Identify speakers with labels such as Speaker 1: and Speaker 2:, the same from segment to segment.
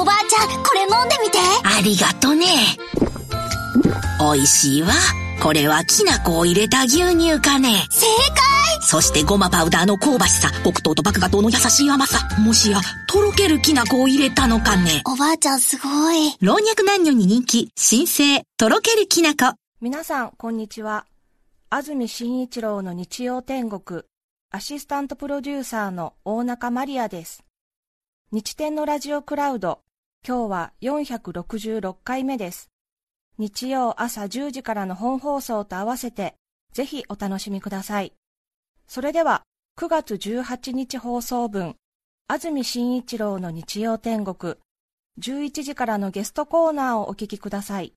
Speaker 1: これ飲んでみて
Speaker 2: ありがとね。美味しいわ。これはきな粉を入れた牛乳かね。
Speaker 1: 正
Speaker 2: そしてごまパウダーの香ばしさ、黒糖と麦芽糖の優しい甘さ、もしや、とろけるきな粉を入れたのかね。
Speaker 1: 解おばあちゃんすごい
Speaker 2: 老若男女に人気、新生、とろけるきな粉。
Speaker 3: 皆さん、こんにちは。安住紳一郎の日曜天国、アシスタントプロデューサーの大中マリアです。日天のラジオクラウド、今日は466回目です。日曜朝10時からの本放送と合わせて、ぜひお楽しみください。それでは、9月18日放送分、安住紳一郎の日曜天国、11時からのゲストコーナーをお聞きください。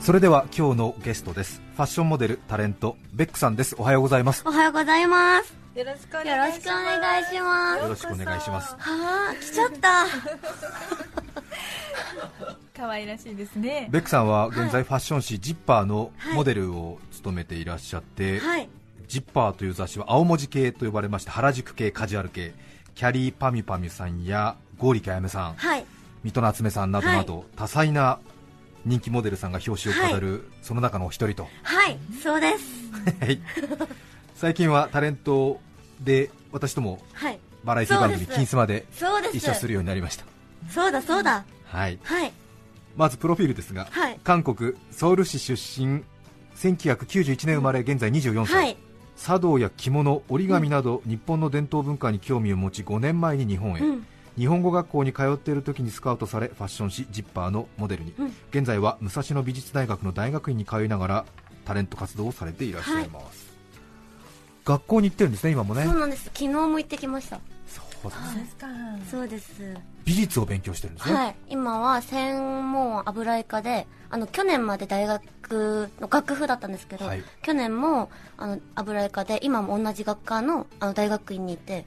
Speaker 4: それでは今日のゲストですファッションモデルタレントベックさんですおはようございます
Speaker 5: おはようございます。
Speaker 6: よろしくお
Speaker 5: よ
Speaker 6: 願
Speaker 5: ろ
Speaker 6: いし
Speaker 5: しくお
Speaker 6: ます。
Speaker 5: 願いします。
Speaker 4: よろしくお願いします
Speaker 5: はあ、来ちゃった。
Speaker 6: 可愛らしいですね。
Speaker 4: ベックさんは現在ファッション誌ジッパーの
Speaker 5: はい
Speaker 4: モデルを務めていらっしゃって、
Speaker 5: はい。
Speaker 4: ジッパーという雑誌は青文字系と呼ばれまして原宿系カジュアル系キャリーパミュパミュさんやゴーリカヤメさん
Speaker 5: はい。
Speaker 4: 水戸夏目さんなどなど、多彩な人気モデルさんが表紙を飾る、その中のお一人と
Speaker 5: はい。そうです。
Speaker 4: はい 最近はタレントで私とも
Speaker 5: はい。
Speaker 4: バラエティ番組「
Speaker 5: そうです
Speaker 4: 金スマ」で
Speaker 5: そうです。
Speaker 4: 一緒するようになりました
Speaker 5: そうだ、そうだ。
Speaker 4: はい
Speaker 5: はい。
Speaker 4: まずプロフィールですが、
Speaker 5: はい
Speaker 4: 韓国ソウル市出身1991年生まれ現在24歳、
Speaker 5: はい。
Speaker 4: 茶道や着物折り紙など、日本の伝統文化に興味を持ち5年前に日本へ、
Speaker 5: うん。
Speaker 4: 日本語学校に通っている時にスカウトされファッション誌「ジッパーのモデルに、
Speaker 5: うん
Speaker 4: 現在は武蔵野美術大学の大学院に通いながらタレント活動をされていらっしゃいます、学校に行ってるんですね今もね
Speaker 5: そうなんです。昨日も行ってきました。
Speaker 4: そうです
Speaker 6: そうですか。
Speaker 5: そうです。
Speaker 4: 美術を勉強してるんですね、
Speaker 5: はい。今は専門油絵科で、あの、去年まで大学の学部だったんですけど、
Speaker 4: はい
Speaker 5: 去年も、あの、油絵科で、今も同じ学科の、あの、大学院にいて、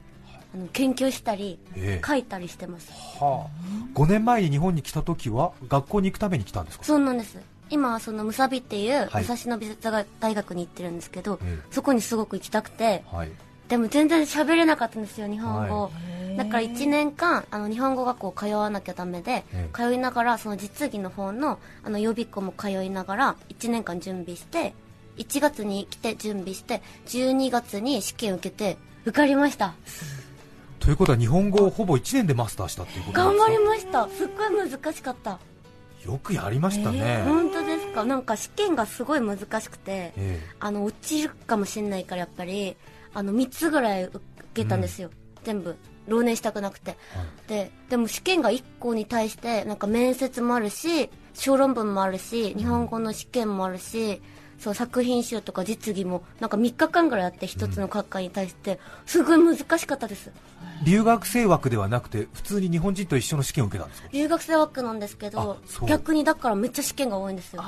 Speaker 5: あの、研究したり、
Speaker 4: ええ
Speaker 5: 書いたりしてます。
Speaker 4: はあ、5年前に日本に来た時は学校に行くために来たんですか
Speaker 5: そうなんです今はそのムサビっていう
Speaker 4: はい
Speaker 5: 武蔵野美術大学に行ってるんですけど、
Speaker 4: え
Speaker 5: そこにすごく行きたくて
Speaker 4: はい
Speaker 5: でも全然喋れなかったんですよ日本語、
Speaker 4: は
Speaker 5: だから1年間あの日本語学校通わなきゃダメで、
Speaker 4: ええ
Speaker 5: 通いながらその実技の方のあの予備校も通いながら1年間準備して1月に来て準備して12月に試験受けて受かりました
Speaker 4: ということは日本語をほぼ1年でマスターしたっていうことなん
Speaker 5: 頑張
Speaker 4: ですか
Speaker 5: りましたすっごい難しかった
Speaker 4: よくやりましたね、
Speaker 5: 本当ですかなんか試験がすごい難しくて
Speaker 4: え
Speaker 5: あの落ちるかもしれないからやっぱりあの3つぐらい受けたんですよ、全部浪年したくなくて
Speaker 4: えはい
Speaker 5: ででも試験が1個に対してなんか面接もあるし小論文もあるし日本語の試験もあるし、そう作品集とか実技もなんか3日間ぐらいあって1つの学科に対してすごい難しかったです
Speaker 4: 留学生枠ではなくて普通に日本人と一緒の試験を受けたんですか、
Speaker 5: 留学生枠なんですけど
Speaker 4: あそう
Speaker 5: 逆にだからめっちゃ試験が多いんですよ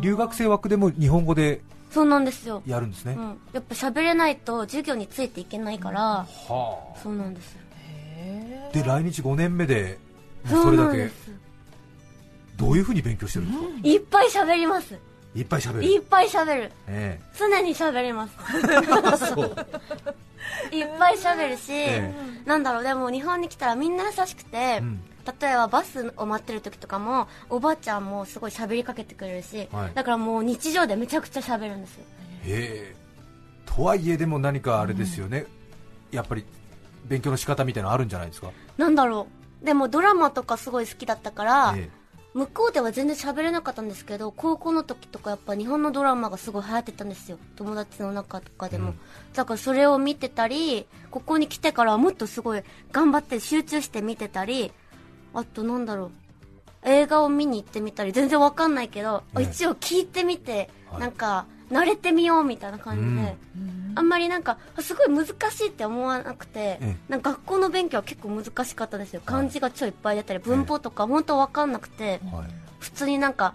Speaker 4: 留学生枠でも日本語で
Speaker 5: そうなんですよ、
Speaker 4: やるんですね、
Speaker 5: うん、やっぱ喋れないと授業についていけないから、
Speaker 4: は
Speaker 5: そうなんですよ
Speaker 4: あで来日5年目でもう
Speaker 5: そ
Speaker 4: そうれ
Speaker 5: な
Speaker 4: だ
Speaker 5: んで
Speaker 4: け
Speaker 5: す
Speaker 4: どういうふうに勉強してるんですか、
Speaker 5: いっぱい喋ります
Speaker 4: いっぱい喋る
Speaker 5: いっぱい喋る
Speaker 4: え
Speaker 5: 常に喋り ます
Speaker 4: えそう
Speaker 5: いっぱい喋るし、
Speaker 4: え
Speaker 5: なんだろうでも日本に来たらみんな優しくて、
Speaker 4: うん
Speaker 5: 例えばバスを待ってる時とかもおばあちゃんもすごい喋りかけてくれるし、
Speaker 4: はい
Speaker 5: だからもう日常でめちゃくちゃ喋るんですよ
Speaker 4: ええとはいえでも何かあれですよね、やっぱり勉強の仕方みたいなのあるんじゃないですか、
Speaker 5: なんだろうでもドラマとかすごい好きだったから、
Speaker 4: え
Speaker 5: 向こうでは全然喋れなかったんですけど高校の時とかやっぱ日本のドラマがすごい流行ってたんですよ友達の中とかでも、
Speaker 4: うん
Speaker 5: だからそれを見てたりここに来てからはもっとすごい頑張って集中して見てたりあとなんだろう映画を見に行ってみたり全然わかんないけど、
Speaker 4: ええ
Speaker 5: 一応聞いてみて、
Speaker 4: はい
Speaker 5: なんか慣れてみようみたいな感じで、あんまりなんかあすごい難しいって思わなくて、
Speaker 4: え
Speaker 5: なんか学校の勉強は結構難しかったんですよ漢字が超いっぱい出たり文法とか本当わかんなくて、
Speaker 4: えはい
Speaker 5: 普通になんか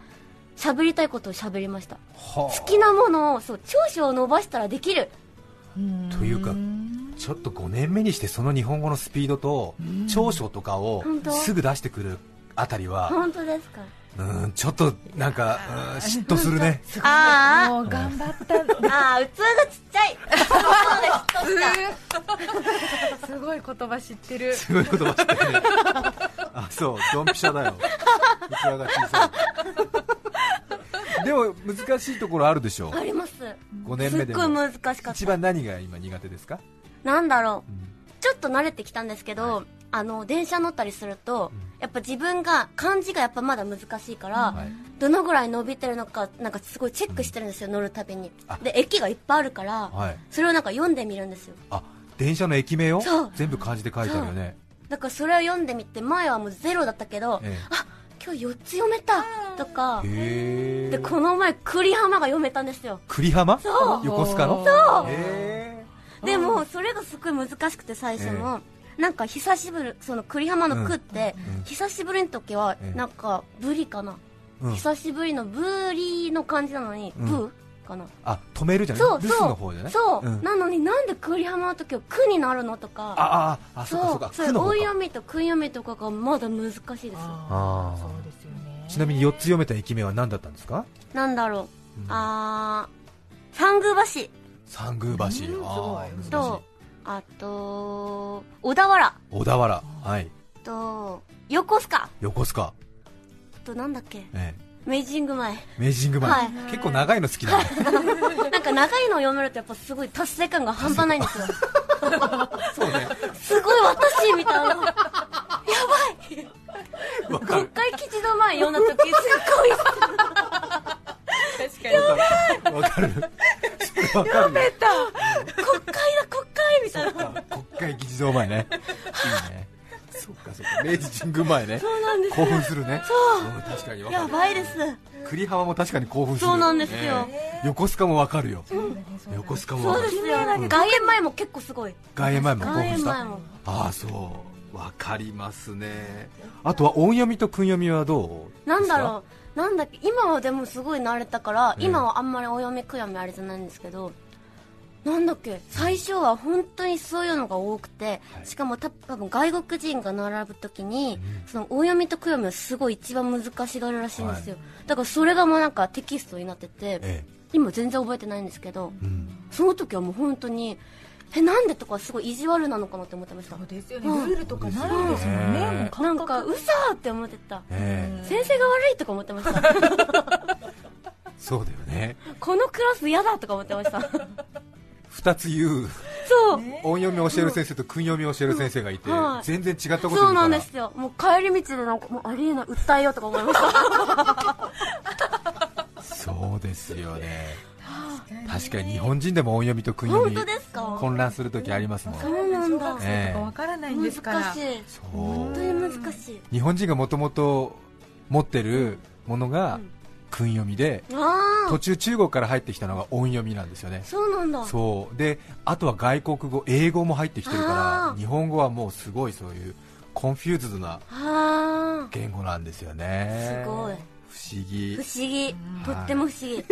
Speaker 5: 喋りたいことを喋りました
Speaker 4: はあ
Speaker 5: 好きなものをそう長所を伸ばしたらできる
Speaker 4: というかちょっと5年目にしてその日本語のスピードと長所とかを
Speaker 5: 本当
Speaker 4: すぐ出してくるあたりは
Speaker 5: 本当ですか
Speaker 4: うんちょっとなんかうん嫉妬するね
Speaker 7: あ
Speaker 8: もう頑張ったんだ
Speaker 7: あ、ああ、器がちっちゃい。そうです、どうし
Speaker 8: すごい言葉知ってる
Speaker 4: すごいことばっか りねあそうドンピシャだよ器が小さいでも難しいところあるでしょ
Speaker 7: た。あります。す
Speaker 4: 5年目
Speaker 7: っ
Speaker 4: で
Speaker 7: ごい
Speaker 4: も
Speaker 7: 難しかった。
Speaker 4: 一番何が今苦手ですか
Speaker 7: なんだろう、
Speaker 4: ん
Speaker 7: ちょっと慣れてきたんですけど、あの電車乗ったりすると、やっぱ自分が漢字がやっぱまだ難しいから、
Speaker 4: はい
Speaker 7: どのぐらい伸びてるのかなんかすごいチェックしてるんですよ、乗るたびに
Speaker 4: あ
Speaker 7: で駅がいっぱいあるから、
Speaker 4: はい
Speaker 7: それをなんか読んでみるんですよ
Speaker 4: あ電車の駅名を
Speaker 7: そう
Speaker 4: 全部漢字で書いてあるよね
Speaker 7: だからそれを読んでみて前はもうゼロだったけど、
Speaker 4: え
Speaker 7: あ今日4つ読めたとか
Speaker 4: えへ
Speaker 7: で
Speaker 4: え
Speaker 7: この前栗浜が読めたんですよ
Speaker 4: 栗浜
Speaker 7: そう
Speaker 4: 横須賀の
Speaker 7: そう
Speaker 4: へ
Speaker 7: でもそれがすごい難しくて最初の、なんか久しぶりその栗浜の「く」って、
Speaker 4: うん
Speaker 7: 久しぶりの時は
Speaker 4: ええ
Speaker 7: なんか「ぶり」かな、
Speaker 4: えうん
Speaker 7: 久しぶりの「ぶり」の感じなのに「
Speaker 4: うん
Speaker 7: ぶ」かな
Speaker 4: あ止めるじゃない
Speaker 7: そう
Speaker 4: 留
Speaker 7: そう
Speaker 4: 守の方じゃない
Speaker 7: そう、
Speaker 4: ん
Speaker 7: なのになんで栗浜の時は「く」になるのとか
Speaker 4: ああああそうかそうか
Speaker 7: そ
Speaker 4: 区
Speaker 7: れ
Speaker 4: の方
Speaker 7: 大
Speaker 4: か
Speaker 7: 読みと「く読み」とかがまだ難しいです
Speaker 4: あー
Speaker 8: そうですよね
Speaker 4: ちなみに4つ読めた駅名は何だったんですか
Speaker 7: なんだろう、
Speaker 4: うん
Speaker 7: あー三宮橋
Speaker 4: 三宮橋ああ
Speaker 8: すごい
Speaker 4: 難しい
Speaker 7: とあと小田原
Speaker 4: 小田原はい
Speaker 7: と横須賀
Speaker 4: 横須賀
Speaker 7: となんだっけ
Speaker 4: え
Speaker 7: 明治神宮 前
Speaker 4: えメイジングマン
Speaker 7: は
Speaker 4: 結構長いの好きだね
Speaker 7: なんか長いのを読めるとやっぱすごい達成感が半端ないんですよ
Speaker 4: そうね
Speaker 7: すごい私 みたいなやばい
Speaker 4: わか
Speaker 7: 国
Speaker 4: る
Speaker 7: 会基地の前読んだ時すごい
Speaker 8: 確かに
Speaker 4: わかるそれわかるよ
Speaker 7: 国会だ国会みたいな
Speaker 4: あ国会議事堂前ねいいねそっかそっか明治神宮前ね
Speaker 7: そうなんです
Speaker 4: 興奮するね
Speaker 7: そ
Speaker 4: うん確かにわ
Speaker 7: や
Speaker 4: かる
Speaker 7: ばいです
Speaker 4: 栗浜も確かに興奮する
Speaker 7: そうなんですよ
Speaker 4: ええ横須賀もわかるよ横須賀もわ
Speaker 7: そう
Speaker 4: か
Speaker 7: で
Speaker 4: る
Speaker 7: すよ外苑前も結構すごい
Speaker 4: 外苑前も興
Speaker 7: 外
Speaker 4: 奮
Speaker 7: 苑
Speaker 4: した
Speaker 7: 前も
Speaker 4: ああそうわかりますねあとは音読みと訓読みはどう
Speaker 7: なんだ
Speaker 4: ですか
Speaker 7: ろうなんだっけ今はでもすごい慣れたから、
Speaker 4: ええ
Speaker 7: 今はあんまりお読みくやみあれじゃないんですけどなんだっけ最初は本当にそういうのが多くて、
Speaker 4: はい
Speaker 7: しかもた多分外国人が並ぶ時に、そのお読みとくやみはすごい一番難しがるらしいんですよ、だからそれがもうなんかテキストになってて、
Speaker 4: え
Speaker 7: 今全然覚えてないんですけど
Speaker 4: えうん
Speaker 7: その時はもう本当にえなんでとかすごい意地悪なのかなって思ってました
Speaker 8: そうですよねルールとかないですもんね
Speaker 4: うん
Speaker 8: もう感覚
Speaker 7: なんか嘘って思ってた
Speaker 4: ええ
Speaker 7: 先生が悪いとか思ってました
Speaker 4: そうだよね
Speaker 7: このクラス嫌だとか思ってました
Speaker 4: 二つ言う
Speaker 7: そう、
Speaker 4: 音読みを教える先生と訓読みを教える先生がいて、
Speaker 7: うんはい
Speaker 4: 全然違ったこと言
Speaker 7: そう
Speaker 4: うか
Speaker 7: なんで
Speaker 4: ら
Speaker 7: すよもう帰り道でなんかもうありえない訴えようとか思いました
Speaker 4: そうですよね確かに日本人でも音読みと訓読
Speaker 7: 本
Speaker 4: み
Speaker 7: 当ですか
Speaker 4: 混乱するときありますもん
Speaker 7: そうなんだ
Speaker 8: 学生とかわからないんですから
Speaker 7: 難しい
Speaker 4: そう
Speaker 7: 本当に難しい
Speaker 4: 日本人がもともと持ってるものが訓読みで、
Speaker 7: あ
Speaker 4: 途
Speaker 7: あ
Speaker 4: 中中国から入ってきたのが音読みなんですよね
Speaker 7: そうなんだ
Speaker 4: そうであとは外国語英語も入ってきてるか
Speaker 7: あー
Speaker 4: ら日本語はもうすごいそういうコンフューズドな
Speaker 7: あ
Speaker 4: 言語なんですよね
Speaker 7: すご
Speaker 4: 不
Speaker 7: い
Speaker 4: 思議
Speaker 7: ー不思議とっても不思議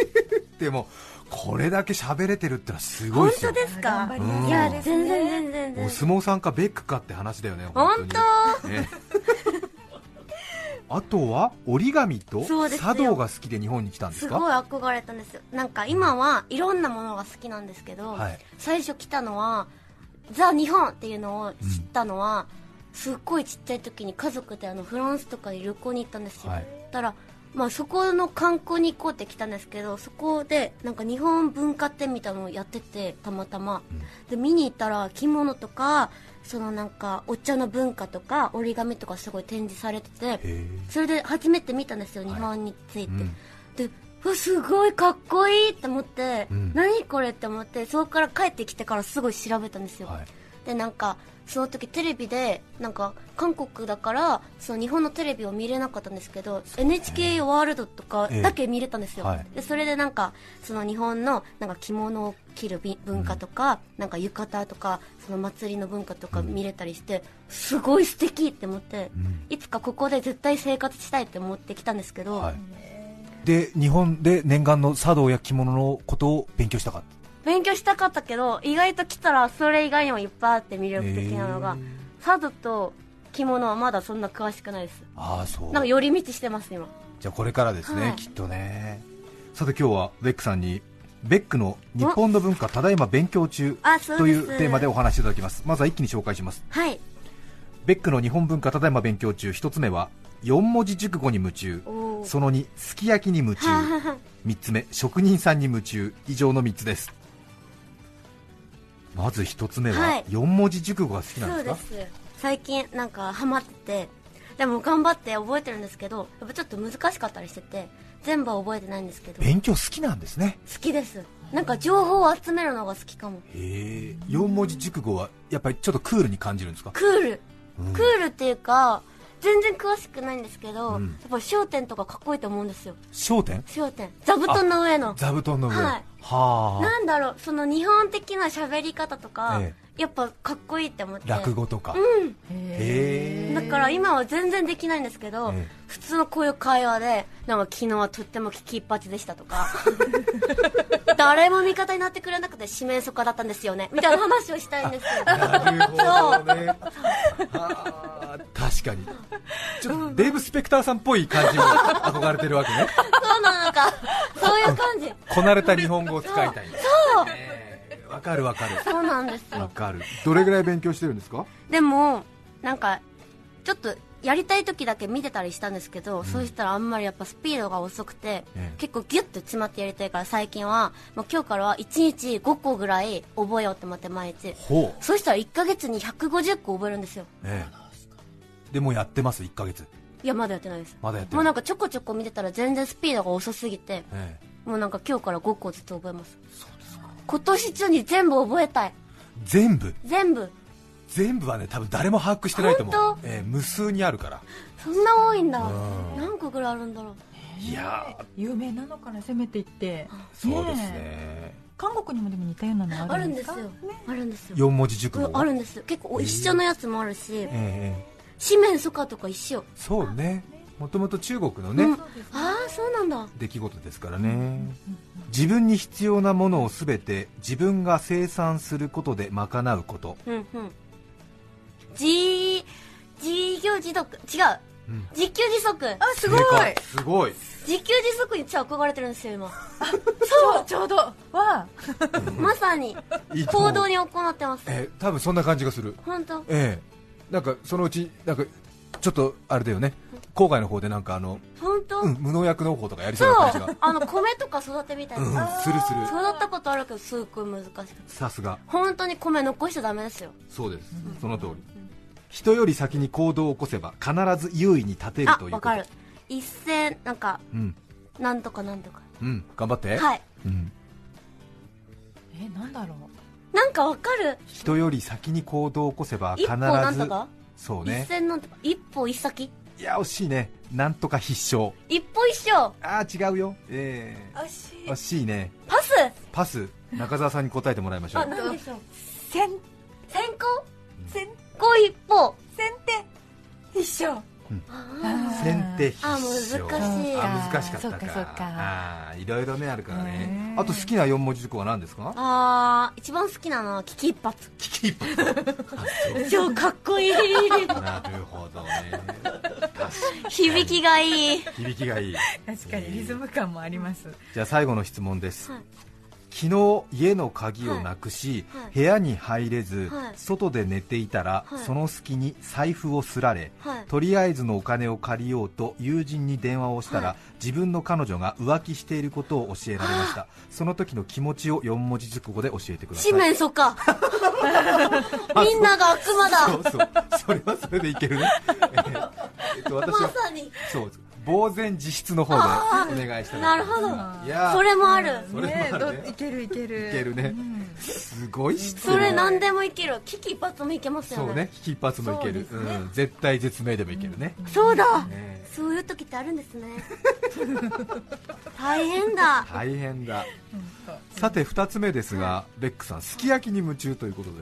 Speaker 4: でもこれだけ喋れてるってのはすごい
Speaker 7: 本
Speaker 4: です
Speaker 7: 当
Speaker 4: よ
Speaker 7: ですか
Speaker 8: 頑張りま
Speaker 4: うん
Speaker 7: いや全然全然
Speaker 4: お
Speaker 7: 全然
Speaker 4: 相撲さんかベックかって話だよね
Speaker 7: 本
Speaker 4: に
Speaker 7: 当
Speaker 4: ねあとは折り紙と
Speaker 7: そうですよ
Speaker 4: 茶道が好きで日本に来たんです
Speaker 7: す
Speaker 4: か
Speaker 7: ごい憧れたんですよなんか今はいろんなものが好きなんですけど、
Speaker 4: はい
Speaker 7: 最初来たのはザ・日本っていうのを知ったのは、すっごいちっちゃい時に家族であのフランスとかに旅行に行ったんですよ、
Speaker 4: はい
Speaker 7: たらまあ、そこの観光に行こうって来たんですけどそこでなんか日本文化展みたいなのをやっててたまたま、で見に行ったら着物とかそのなんかお茶の文化とか折り紙とかすごい展示されてて
Speaker 4: へ
Speaker 7: それで初めて見たんですよ日本について、
Speaker 4: はいうん
Speaker 7: でうわすごいかっこいいって思って、
Speaker 4: うん
Speaker 7: 何これって思ってそこから帰ってきてからすごい調べたんです
Speaker 4: え
Speaker 7: よ、
Speaker 4: はい
Speaker 7: でなんかその時テレビでなんか韓国だからその日本のテレビを見れなかったんですけど NHK ワールドとか
Speaker 4: ええ
Speaker 7: だけ見れたんですよ、
Speaker 4: はい
Speaker 7: でそれでなんかその日本のなんか着物を着るび文化とか、なんか浴衣とかその祭りの文化とか見れたりして、すごい素敵って思って、いつかここで絶対生活したいって思ってきたんですけど、
Speaker 4: はい、で日本で念願の茶道や着物のことを勉強したかっ
Speaker 7: 勉強したかったけど意外と来たらそれ以外にもいっぱいあって魅
Speaker 4: た
Speaker 7: 力的なのが
Speaker 4: へえ
Speaker 7: 佐渡と着物はまだそんな詳しくないです
Speaker 4: ああそう
Speaker 7: なんか寄り道してます今
Speaker 4: じゃあこれからですね、
Speaker 7: はい
Speaker 4: きっとねさて今日はベックさんにベックの日本の文化ただいま勉強中
Speaker 7: あそう
Speaker 4: とい
Speaker 7: です
Speaker 4: うテーマでお話しいただきますまずは一気に紹介します
Speaker 7: はい
Speaker 4: ベックの日本文化ただいま勉強中一つ目は4文字熟語に夢中
Speaker 7: おー
Speaker 4: その2すき焼きに夢 中3つ目職人さんに夢中以上の3つですまず1つ目
Speaker 7: は
Speaker 4: はい4文字熟語が好きなん
Speaker 7: そ
Speaker 4: で
Speaker 7: う
Speaker 4: すか、
Speaker 7: です最近なんかハマっててでも頑張って覚えてるんですけどやっぱちょっと難しかったりしてて全部は覚えてないんですけど好
Speaker 4: 勉強好きなんですね
Speaker 7: きですなんか情報を集めるのが好きかも
Speaker 4: へえ4文字熟語はやっぱりちょっとクールに感じるんですか
Speaker 7: クール、
Speaker 4: うん
Speaker 7: クールっていうか全然詳しくないんですけど、
Speaker 4: うん
Speaker 7: やっぱ商店とかかっこいいと思うんですよ
Speaker 4: 焦点
Speaker 7: 商店座布団の上の
Speaker 4: 座布団の上
Speaker 7: はい
Speaker 4: はあ
Speaker 7: なんだろうその日本的な喋り方とか、
Speaker 4: え
Speaker 7: やっぱかっこいいって思って
Speaker 4: 落語とか、へえ
Speaker 7: だから今は全然できないんですけど、
Speaker 4: ええ
Speaker 7: 普通のこういう会話でなんか昨日はとっても聞きっぱちでしたとか 誰も味方になってくれなくて四面楚歌だったんですよねみたいな話をしたいんです よ
Speaker 4: なるほどねはあ確かにちょっとデーブ・スペクターさんっぽい感じも憧れてるわけね
Speaker 7: そうなのかそういう感じ
Speaker 4: こなれた日本語を使いたいそうわかるわかる
Speaker 7: そうなんです
Speaker 4: わ
Speaker 7: よ
Speaker 4: かる
Speaker 9: どれぐらい勉強してるんですか
Speaker 7: でもなんかちょっとやりたい時だけ見てたりしたんですけど、そうしたらあんまりやっぱスピードが遅くて、
Speaker 4: ええ
Speaker 7: 結構ギュッと詰まってやりたいから最近はもう今日からは1日5個ぐらい覚えようと思って毎日
Speaker 4: ほう、
Speaker 7: そうしたら1ヶ月に150個覚えるんですよ
Speaker 4: ええ、でもうやってます1ヶ月
Speaker 7: いやまだやってないです
Speaker 4: まだやって
Speaker 7: もう
Speaker 4: る
Speaker 7: なんかちょこちょこ見てたら全然スピードが遅すぎて
Speaker 4: ええ
Speaker 7: もうなんか今日から5個ずつ覚えます今年中に全部覚えたい
Speaker 4: 全部
Speaker 7: 全部
Speaker 4: 全部はね多分誰も把握してないと思う
Speaker 7: 本、当
Speaker 4: ええ無数にあるから
Speaker 7: そんな多いんだ
Speaker 4: うん
Speaker 7: 何個ぐらいあるんだろう
Speaker 4: いやー
Speaker 10: 有名なのから攻めていって
Speaker 4: そうですね
Speaker 10: え韓国にもでも似たようなの
Speaker 7: あ
Speaker 10: あ
Speaker 7: る
Speaker 10: る
Speaker 7: ん
Speaker 10: ん
Speaker 7: で
Speaker 10: ですすか
Speaker 7: よあるんですよ
Speaker 4: 4文字熟語
Speaker 7: あるんですよ結構一緒のやつもあるし
Speaker 4: ええええ
Speaker 7: 四面楚歌とか一緒
Speaker 4: そうねもともと中国のね、
Speaker 7: うんああそうなんだ
Speaker 4: 出来事ですからね自分に必要なものを全て自分が生産することで賄うこと、
Speaker 7: うんうんじ自業自得違う
Speaker 4: うん
Speaker 7: 自給自足
Speaker 10: あすごい
Speaker 4: 正解すごい
Speaker 7: 自給自足に超憧れてるんですよ今
Speaker 10: そうちょうどは
Speaker 7: まさ に
Speaker 4: いいと思う
Speaker 7: 行動に行ってます
Speaker 4: えー多分そんな感じがする
Speaker 7: 本当
Speaker 4: ええなんかそのうちなんかちょっとあれだよね郊外の方でなんかあの、
Speaker 7: 本当
Speaker 4: うん、無農薬農法とかやりそう
Speaker 7: そ
Speaker 4: な感じが
Speaker 7: うあの米とか育てみたい
Speaker 4: うん
Speaker 7: な
Speaker 4: するする
Speaker 7: 育ったことあるけどすっごい難しくて
Speaker 4: さすが
Speaker 7: 本当に米残しちゃダメですよ
Speaker 4: そうです、その通り人より先に行動を起こせば必ず優位に立てる
Speaker 7: あ
Speaker 4: という
Speaker 7: わ
Speaker 4: こと
Speaker 7: かる一戦なんか
Speaker 4: うん
Speaker 7: なんとかなんとか
Speaker 4: うん頑張って、
Speaker 7: はい
Speaker 4: うん、
Speaker 10: えなんだろ
Speaker 7: なんかわかる
Speaker 4: 人より先に行動を起こせば
Speaker 7: 一
Speaker 4: 必ず
Speaker 7: 歩なんとか
Speaker 4: そう
Speaker 7: 一
Speaker 4: ね
Speaker 7: 戦なんとか一歩一先
Speaker 4: いや惜しいねなんとか必勝
Speaker 7: 一歩一勝
Speaker 4: ああ違うよえ
Speaker 10: う
Speaker 4: え
Speaker 10: 惜し
Speaker 4: 惜しいね
Speaker 7: パス
Speaker 4: パス中澤さんに答えてもらいましょ
Speaker 7: あ
Speaker 4: う
Speaker 7: なんでしょう
Speaker 10: 先
Speaker 7: 先行
Speaker 10: 先
Speaker 7: こう一歩
Speaker 10: 先手一緒
Speaker 4: 先手必勝
Speaker 7: あ難しい
Speaker 4: あ難しかったか
Speaker 10: そうかそうか
Speaker 4: ああいろいろねあるからね
Speaker 10: ね
Speaker 4: あと好きな四文字熟語は何ですか
Speaker 7: あー一番好きなのは危機一髪
Speaker 4: 危機一髪
Speaker 7: 超かっこいい
Speaker 4: なるほどね確か
Speaker 7: 響きがいい
Speaker 4: に響きがいい
Speaker 10: 確かにリズム感もあります
Speaker 4: じゃあ最後の質問です、
Speaker 7: はい
Speaker 4: 昨日家の鍵をなくし、
Speaker 7: はいはい
Speaker 4: 部屋に入れず、
Speaker 7: はい
Speaker 4: 外で寝ていたら、
Speaker 7: はい
Speaker 4: その隙に財布をすられ、
Speaker 7: はい
Speaker 4: とりあえずのお金を借りようと友人に電話をしたら、
Speaker 7: はい
Speaker 4: 自分の彼女が浮気していることを教えられましたその時の気持ちを4文字熟語で教えてください
Speaker 7: 四面楚歌みんなが悪魔だ
Speaker 4: そうそうそれはそれでいけるねえっと私
Speaker 7: ま
Speaker 4: は
Speaker 7: さに
Speaker 4: そう呆然自失の方でお願いしたいと思います
Speaker 7: なるほど
Speaker 4: いやー
Speaker 7: それもある
Speaker 4: それもあるね
Speaker 10: どいけるいける
Speaker 4: いけるね、すごい質問
Speaker 7: それ何でもいける危機一髪もいけますよね
Speaker 4: そうね引き一発もいけるう、ん、絶対絶命でもいけるね、
Speaker 7: そうだ
Speaker 4: ね
Speaker 7: そういう時ってあるんですね 大変だ
Speaker 4: 大変ださて2つ目ですが、ベックさんすき焼きに夢中ということで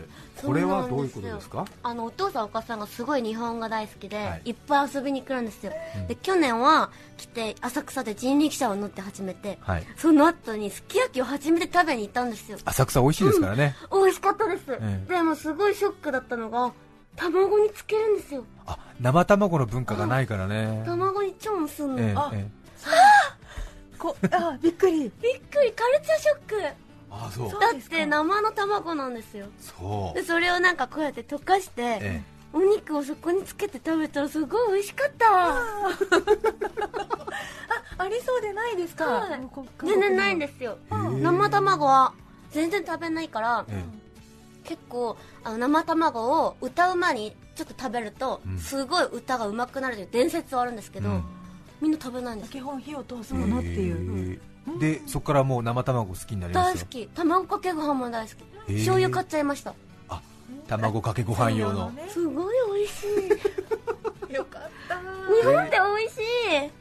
Speaker 4: これはどういうことですか
Speaker 7: あのお父さんお母さんがすごい日本が大好きで、
Speaker 4: はい
Speaker 7: い、っぱい遊びに来るんですよ、で去年は来て浅草で人力車を乗って始めて、
Speaker 4: はい
Speaker 7: その後にすき焼きを初めて食べに行ったんですよ
Speaker 4: 浅草美味しいですからね、
Speaker 7: 美味しかったです、
Speaker 4: ええ
Speaker 7: でもすごいショックだったのが卵につけるんですよ
Speaker 4: あ生卵の文化がないからね、
Speaker 7: 卵にチョンすんの、
Speaker 4: ええ
Speaker 7: あ
Speaker 4: え
Speaker 3: こあびっくり
Speaker 7: びっくりカルチャーショック
Speaker 4: あそう
Speaker 3: そう
Speaker 7: だ
Speaker 3: で
Speaker 7: っ
Speaker 3: すか
Speaker 7: て生の卵なんですよ
Speaker 4: そう
Speaker 7: でそれをなんかこうやって溶かして
Speaker 4: え
Speaker 7: お肉をそこにつけて食べたらすごい美味しかった
Speaker 3: ありそうでないですか、
Speaker 7: はい
Speaker 3: もうこ韓
Speaker 7: 全
Speaker 3: 国
Speaker 7: 然
Speaker 3: の
Speaker 7: ないんですよ
Speaker 4: えへえ
Speaker 7: 生卵は全然食べないから
Speaker 4: え
Speaker 7: 結構あの生卵を歌う前にちょっと食べると
Speaker 4: うん
Speaker 7: すごい歌がうまくなるという伝説はあるんですけ
Speaker 4: え
Speaker 7: ど、
Speaker 4: うん
Speaker 7: みんな食べないんです
Speaker 3: 基本火を通すものっていう、
Speaker 4: へえでそこからもう生卵好きになりま
Speaker 7: 大
Speaker 4: した
Speaker 7: 好き卵かけご飯も大好き
Speaker 4: へえ
Speaker 7: 醤油買っちゃいました
Speaker 4: 卵かけご飯用の
Speaker 7: すごい美味し い
Speaker 3: よかった
Speaker 7: 日本で美味しい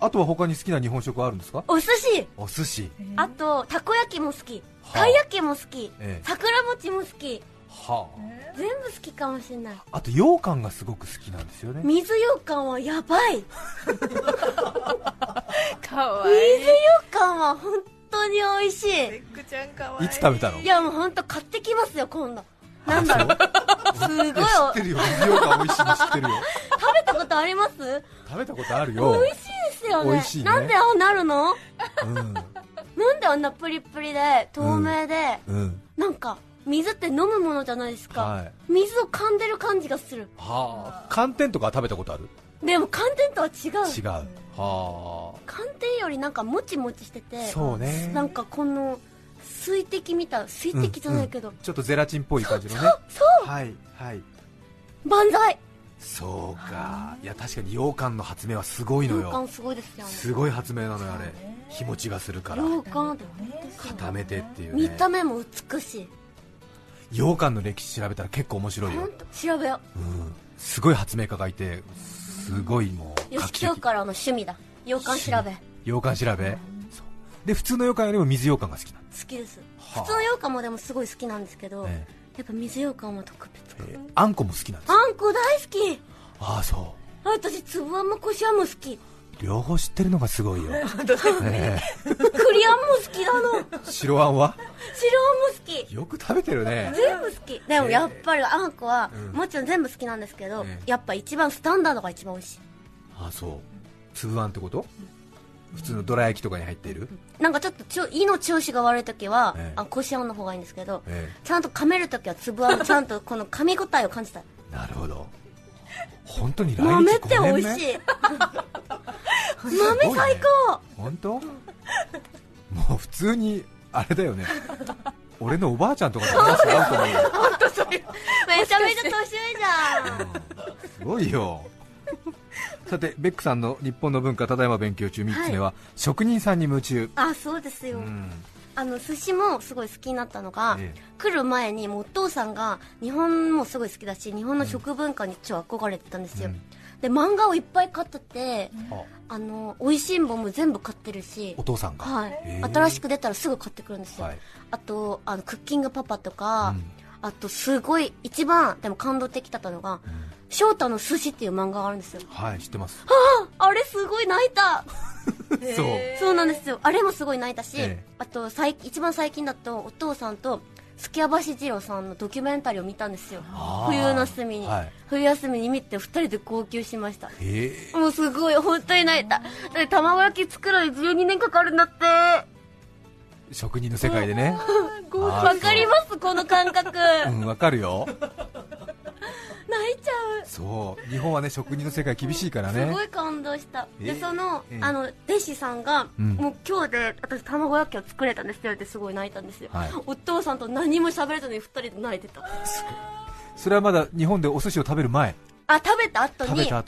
Speaker 4: あとは他に好きな日本食はあるんですか
Speaker 7: お寿司
Speaker 4: お寿司
Speaker 7: あとたこ焼きも好き
Speaker 4: はあ
Speaker 7: たい焼きも好き
Speaker 4: ええ
Speaker 7: 桜餅も好き
Speaker 4: は
Speaker 7: 全部好きかもしれない
Speaker 4: ああと羊羹がすごく好きなんですよね
Speaker 7: 水羊羹はやばい
Speaker 3: かわ
Speaker 7: 水
Speaker 3: いい
Speaker 7: 羊羹は本当に美味し
Speaker 3: ベ
Speaker 7: い
Speaker 3: ックちゃんかわいい
Speaker 4: いつ食べたの
Speaker 7: いやもう本当買ってきますよ今度なんだろうすごい食べ
Speaker 4: 知ってるよ水羊羹美味しいの知ってるよ
Speaker 7: たことあ ります
Speaker 4: 食べたことある
Speaker 7: 美
Speaker 4: よ
Speaker 7: 味しいですよね
Speaker 4: 美味しいね
Speaker 7: なんでああなるの
Speaker 4: うん
Speaker 7: なんであんなプリプリで透明で、
Speaker 4: うん
Speaker 7: なんか水って飲むものじゃないですか、
Speaker 4: はい
Speaker 7: 水を噛んでる感じがする
Speaker 4: はあ寒天とかは食べたことある
Speaker 7: でも寒天とは違う
Speaker 4: 違うは
Speaker 7: 寒天よりなんかもちもちしてて
Speaker 4: あそうね
Speaker 7: なんかこの水滴みたい水滴じゃないけど、
Speaker 4: ちょっとゼラチンっぽい感じのねはいはい
Speaker 7: 万歳
Speaker 4: そうかいや確かに羊羹の発明はすごいの
Speaker 7: 羊
Speaker 4: よ
Speaker 7: 羹すごいですよね
Speaker 4: すごい発明なのよあれ日持ちがするから
Speaker 7: 羊羹って本当ですよ
Speaker 4: 固めてっていう
Speaker 7: 見
Speaker 4: ね
Speaker 7: た目も美しい
Speaker 4: 羊羹の歴史調べたら結構面白いよ
Speaker 7: 本当調べよ
Speaker 4: うんすごい発明家がいてすごいもう
Speaker 7: うよし今日からの趣味だ羊羹調べ好
Speaker 4: 羊羹調べそうで普通の羊羹よりも水羊羹が好きなの
Speaker 7: きです
Speaker 4: はあ
Speaker 7: 普通の羊羹もでもすごい好きなんですけど、
Speaker 4: え
Speaker 7: やっぱ水羊羹は特別かな
Speaker 4: えあんこも好きなんです
Speaker 7: あんこ大好き
Speaker 4: ああそ
Speaker 7: あ私つぶあんもこしあんも好き
Speaker 4: う両方知ってるのがすごい よえ
Speaker 7: 栗あんも好き なの
Speaker 4: え白あんは
Speaker 7: 白あんも好き
Speaker 4: よく食べてるね
Speaker 7: 全部好きでもやっぱりあんこは、
Speaker 4: うん
Speaker 7: もちろん全部好きなんですけど、
Speaker 4: ええ
Speaker 7: やっぱ一番スタンダードが一番美味し
Speaker 4: ああそう粒あんってこと普通のどら焼きとかに入っている
Speaker 7: いなんかちょっとちょ胃の調子が悪い時は、
Speaker 4: ええ
Speaker 7: あこしあんの方がいいんですけど、
Speaker 4: え
Speaker 7: ちゃんと噛める時はつぶ あんちゃんとこの噛み応えを感じたい
Speaker 4: えなるほど本当に来
Speaker 7: 豆
Speaker 4: 日
Speaker 7: って
Speaker 4: 5
Speaker 7: 美
Speaker 4: 年
Speaker 7: 味
Speaker 4: 目
Speaker 7: しい
Speaker 4: すごい
Speaker 7: 豆
Speaker 4: ね
Speaker 7: 最高
Speaker 4: 本当もう普通にあれだよね俺のおばあちゃんとかと話し合うと思うよ
Speaker 7: めちゃめちゃ年上じゃ ん
Speaker 4: すごいよさてベックさんの日本の文化ただいま勉強中3つ目は、職人さんに夢中
Speaker 7: あそうですよ、
Speaker 4: うん
Speaker 7: あの寿司もすごい好きになったのが、
Speaker 4: ええ
Speaker 7: 来る前にもうお父さんが日本もすごい好きだし日本の食文化に超憧れてたんですよ、
Speaker 4: うん
Speaker 7: で漫画をいっぱい買ってて、
Speaker 4: あ
Speaker 7: あの美味しんぼも全部買ってるし
Speaker 4: お父さんが、
Speaker 7: はい
Speaker 4: へえ
Speaker 7: 新しく出たらすぐ買ってくるんですよ、
Speaker 4: はい
Speaker 7: あとあのクッキングパパとか、
Speaker 4: うん
Speaker 7: あとすごい一番でも感動的だったのが「翔太の寿司」っていう漫画があるんですよ
Speaker 4: はい知ってます、
Speaker 7: あれすごい泣いた
Speaker 4: そう
Speaker 7: そうなんですよあれもすごい泣いたし、
Speaker 4: ええ
Speaker 7: あと最一番最近だとお父さんと月屋橋二郎さんのドキュメンタリーを見たんですよ
Speaker 4: あー
Speaker 7: 冬の休みに、
Speaker 4: はい
Speaker 7: 冬休みに見て2人で号泣しました
Speaker 4: へえ
Speaker 7: もうすごい本当に泣いたで卵焼き作るのに12年かかるんだって
Speaker 4: 職人の世界でね
Speaker 7: わ
Speaker 4: わ
Speaker 7: かりますこの感覚
Speaker 4: う
Speaker 7: 泣
Speaker 4: んわかるよ
Speaker 7: いちゃう
Speaker 4: そう日本はね職人の世界厳しいから
Speaker 7: す
Speaker 4: ね
Speaker 7: ごい感動した、
Speaker 4: え
Speaker 7: でその,、
Speaker 4: え
Speaker 7: あの弟子さんが、
Speaker 4: うん
Speaker 7: もう今日で私卵焼きを作れたんですよってすごい泣いたんですよ、
Speaker 4: はい
Speaker 7: お父さんと何も喋れずに2人で泣いてた
Speaker 4: それはまだ日本でお寿司を食べる前
Speaker 7: あ食べた後
Speaker 4: 食
Speaker 7: に
Speaker 4: べ
Speaker 7: 食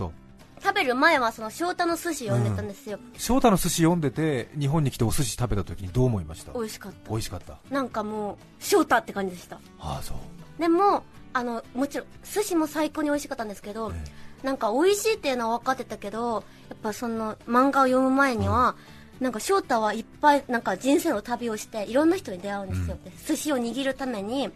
Speaker 4: た
Speaker 7: べ
Speaker 4: 後
Speaker 7: る前はその翔太の寿司呼んでたんですよ、
Speaker 4: 翔太の寿司読んでて日本に来てお寿司食べた時にどう思いました
Speaker 7: 美味しかった
Speaker 4: 美味しかった
Speaker 7: なんかもう翔太って感じでした
Speaker 4: ああそう
Speaker 7: でもあのもちろん寿司も最高に美味しかったんですけど、
Speaker 4: え
Speaker 7: なんか美味しいっていうのは分かってたけどやっぱその漫画を読む前には、なんか翔太はいっぱいなんか人生の旅をしていろんな人に出会うんですよ、で寿司を握るために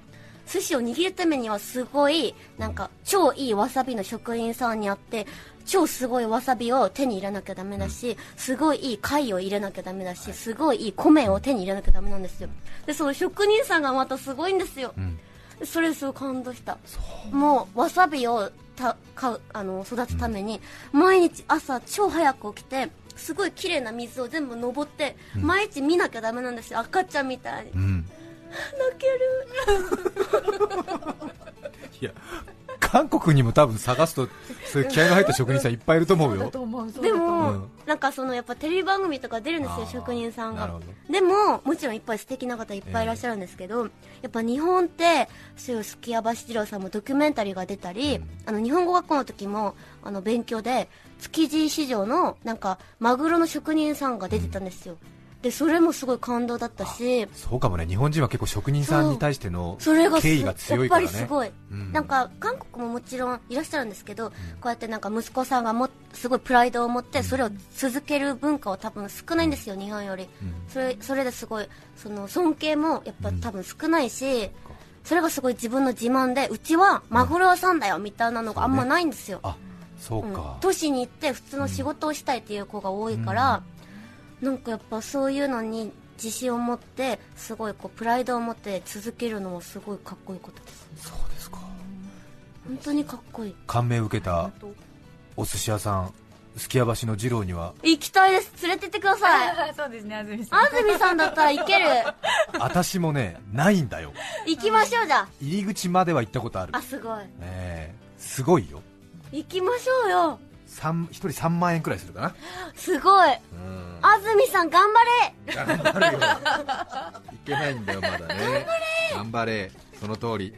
Speaker 7: 寿司を握るためにはすごいなんか超いいわさびの職員さんに会って超すごいわさびを手に入れなきゃダメだし、すごいいい貝を入れなきゃダメだし、すごいいい米を手に入れなきゃダメなんですよでその職人さんがまたすごいんですよ、
Speaker 4: ん
Speaker 7: それすごい感動したもうわさびをた買うあの育つために、毎日朝超早く起きてすごい綺麗な水を全部登って、毎日見なきゃダメなんですよ赤ちゃんみたいに
Speaker 11: うん
Speaker 7: 泣ける
Speaker 4: いや韓国にも多分探すとそういう気合が入った職人さんいっぱいいると思う
Speaker 10: だ
Speaker 4: よ
Speaker 10: と思うそうだ
Speaker 7: で
Speaker 10: と思う
Speaker 7: も、
Speaker 4: うん
Speaker 7: なんかそのやっぱテレビ番組とか出るんですよ
Speaker 4: あー
Speaker 7: 職人さん
Speaker 4: な
Speaker 7: が
Speaker 4: るほど
Speaker 7: でももちろんいっぱい素敵な方いっぱいいらっしゃるんですけど、やっぱ日本ってそういうすきやばし二郎さんもドキュメンタリーが出たり、あの日本語学校の時もあの勉強で築地市場のなんかマグロの職人さんが出てたんですよでそれもすごい感動だったし
Speaker 4: そうかもね日本人は結構職人さんに対しての
Speaker 7: それがす
Speaker 4: 敬意が強い
Speaker 7: や
Speaker 4: か
Speaker 7: っぱ
Speaker 4: らね
Speaker 7: りすごい、
Speaker 4: うん
Speaker 7: なんか韓国ももちろんいらっしゃるんですけど、こうやってなんか息子さんがもすごいプライドを持ってそれを続ける文化は多分少ないんですよ、日本より、それそれですごいその尊敬もやっぱ多分少ないし、それがすごい自分の自慢でうちはマグロ屋さんだよみたいなのがあんまないんですよ、
Speaker 4: あそう
Speaker 7: う
Speaker 4: か
Speaker 7: ん、都市に行って普通の仕事をしたいっていう子が多いから、なんかやっぱそういうのに自信を持ってすごいこうプライドを持って続けるのはすごいかっこいいことです
Speaker 4: そうですか
Speaker 7: 本当にかっこいい
Speaker 4: 感銘を受けたお寿司屋さんすきや橋の二郎には
Speaker 7: 行きたいです連れてってください
Speaker 10: そうですね安住さ ん
Speaker 7: 安住さんだったら行ける
Speaker 4: 私もねないんだよ
Speaker 7: 行きましょうじゃあ
Speaker 4: 入り口までは行ったことある
Speaker 7: あすごい
Speaker 4: えーすごいよ
Speaker 7: 行きましょうよ
Speaker 4: 三一人3万円くらいするかな
Speaker 7: すごい
Speaker 4: うん
Speaker 7: 安住さん頑張れ
Speaker 11: 頑張るよいけないんだよまだね頑張れその通り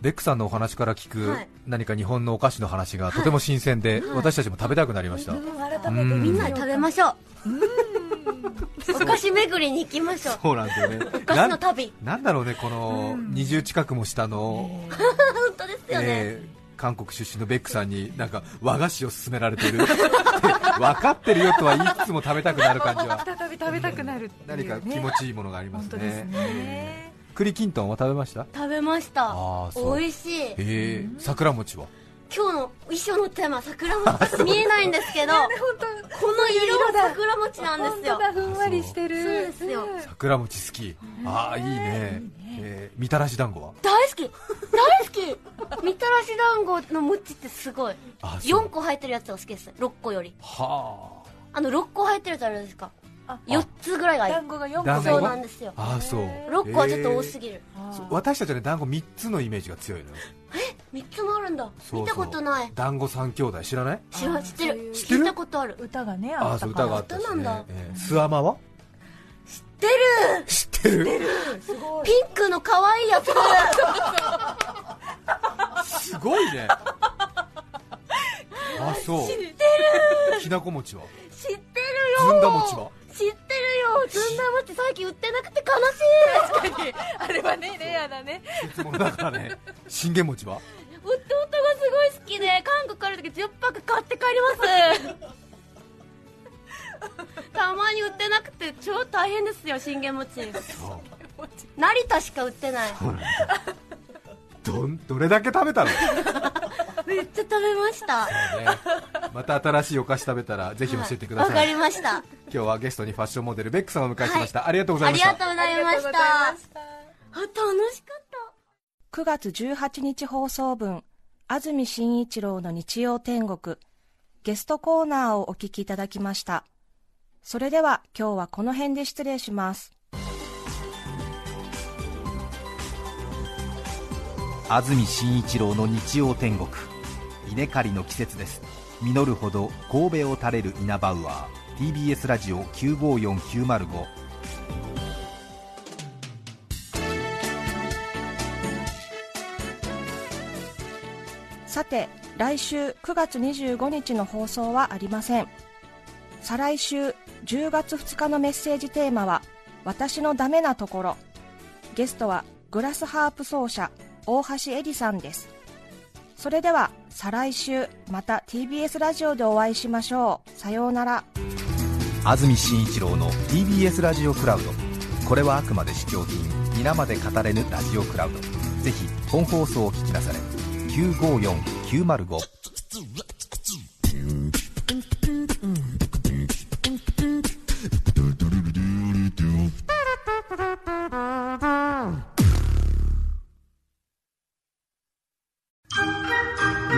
Speaker 4: ベックさんのお話から聞く、
Speaker 7: はい
Speaker 4: 何か日本のお菓子の話がとても新鮮で、私たちも食べたくなりました、
Speaker 10: 改めて
Speaker 4: うん
Speaker 7: みんなで食べましょうお菓子巡りに行きましょう
Speaker 4: そうなんだよね
Speaker 7: お菓子の旅
Speaker 4: ななんだろうねこの20近くも下の、
Speaker 7: 本当ですよね、
Speaker 4: えー韓国出身のベックさんになんか和菓子を勧められてる 分かってるよとは言いつつも食べたくなる感じ は
Speaker 10: 再び食べたくなるっていう
Speaker 4: 何
Speaker 10: ね
Speaker 4: か気持ちいいものがありま
Speaker 10: 本
Speaker 4: す
Speaker 10: 当です
Speaker 4: ね
Speaker 10: ね
Speaker 4: 栗きんとんは食べました
Speaker 7: 食べました
Speaker 4: あーそう
Speaker 7: 美味しい
Speaker 4: えー、桜餅は
Speaker 7: 今日の衣装のテーマ桜餅見えないんですけどこの色は桜餅なんですよ
Speaker 10: 本当だふんわりしてる
Speaker 7: そうですよ
Speaker 4: 桜餅好きああいいねえーみたらし団子は
Speaker 7: 大好き大好きみたらし団子の餅ってすごい
Speaker 4: あそう
Speaker 7: 4個入ってるやつが好きです6個より
Speaker 4: は
Speaker 7: あの6個入ってるやつあるんですか
Speaker 10: あ
Speaker 7: 4つぐらいがい
Speaker 10: 団
Speaker 7: い
Speaker 10: 子が四個
Speaker 4: 団子
Speaker 7: そうなんですよ
Speaker 4: あああそう
Speaker 7: 6個はちょっと多すぎる、
Speaker 4: そう私たちはね団子3つのイメージが強いのよ
Speaker 7: 3つもあるんだ
Speaker 4: そうそう
Speaker 7: 見たことない
Speaker 4: 団子3兄弟知らない
Speaker 7: 知ら知ってる
Speaker 4: 知ってる
Speaker 7: 聞いたことある
Speaker 10: 歌がね
Speaker 4: あ
Speaker 10: あ
Speaker 4: あ
Speaker 10: っ
Speaker 4: そ
Speaker 10: た
Speaker 4: う歌が
Speaker 10: か
Speaker 4: あ
Speaker 10: ら
Speaker 4: ったし
Speaker 7: あそうなん
Speaker 4: ね
Speaker 7: だ
Speaker 4: えーすあまは
Speaker 7: 出る
Speaker 4: 知ってる
Speaker 10: すごい
Speaker 7: ピンクの可愛い やつ
Speaker 4: すご いねあそう知ってるきなこ餅は
Speaker 7: 知ってるよ
Speaker 4: ずんだ餅は
Speaker 7: 知ってるよ ずんだ餅最近売ってなくて悲しい
Speaker 10: あれはねレアだね
Speaker 4: いつものだからね信玄餅は
Speaker 7: 弟がすごい好きで韓国帰る時10パック買って帰り ますたまに売ってなくて超大変ですよ信玄餅
Speaker 4: そう
Speaker 7: 成田しか売ってない
Speaker 4: どんどれだけ食べたの
Speaker 7: めっちゃ食べました
Speaker 4: ねまた新しいお菓子食べたらぜひ教えてくだ
Speaker 7: わか
Speaker 4: さい、
Speaker 7: りました
Speaker 4: 今日はゲストにファッションモデルベックさんをお迎えしました、
Speaker 7: は
Speaker 4: ありがとうござ
Speaker 7: あ
Speaker 4: いま
Speaker 7: り
Speaker 4: した
Speaker 7: がとうございましたあ楽しかった
Speaker 3: 9月18日放送分、安住紳一郎の日曜天国、ゲストコーナーをお聞きいただきました。それでは今日はこの辺で失礼します。
Speaker 11: 安住紳一郎の日曜天国稲刈りの季節です実るほど神戸を垂れる稲バウアー TBS ラジオ954905
Speaker 3: さて、来週9月25日の放送はありません。再来週10月2日のメッセージテーマは、私のダメなところ。ゲストはグラスハープ奏者、大橋恵里さんです。それでは、再来週、また TBS ラジオでお会いしましょう。さようなら。
Speaker 11: 安住紳一郎の TBS ラジオクラウドこれはあくまで試供品皆まで語れぬラジオクラウドぜひ本放送をお聞きなされ954905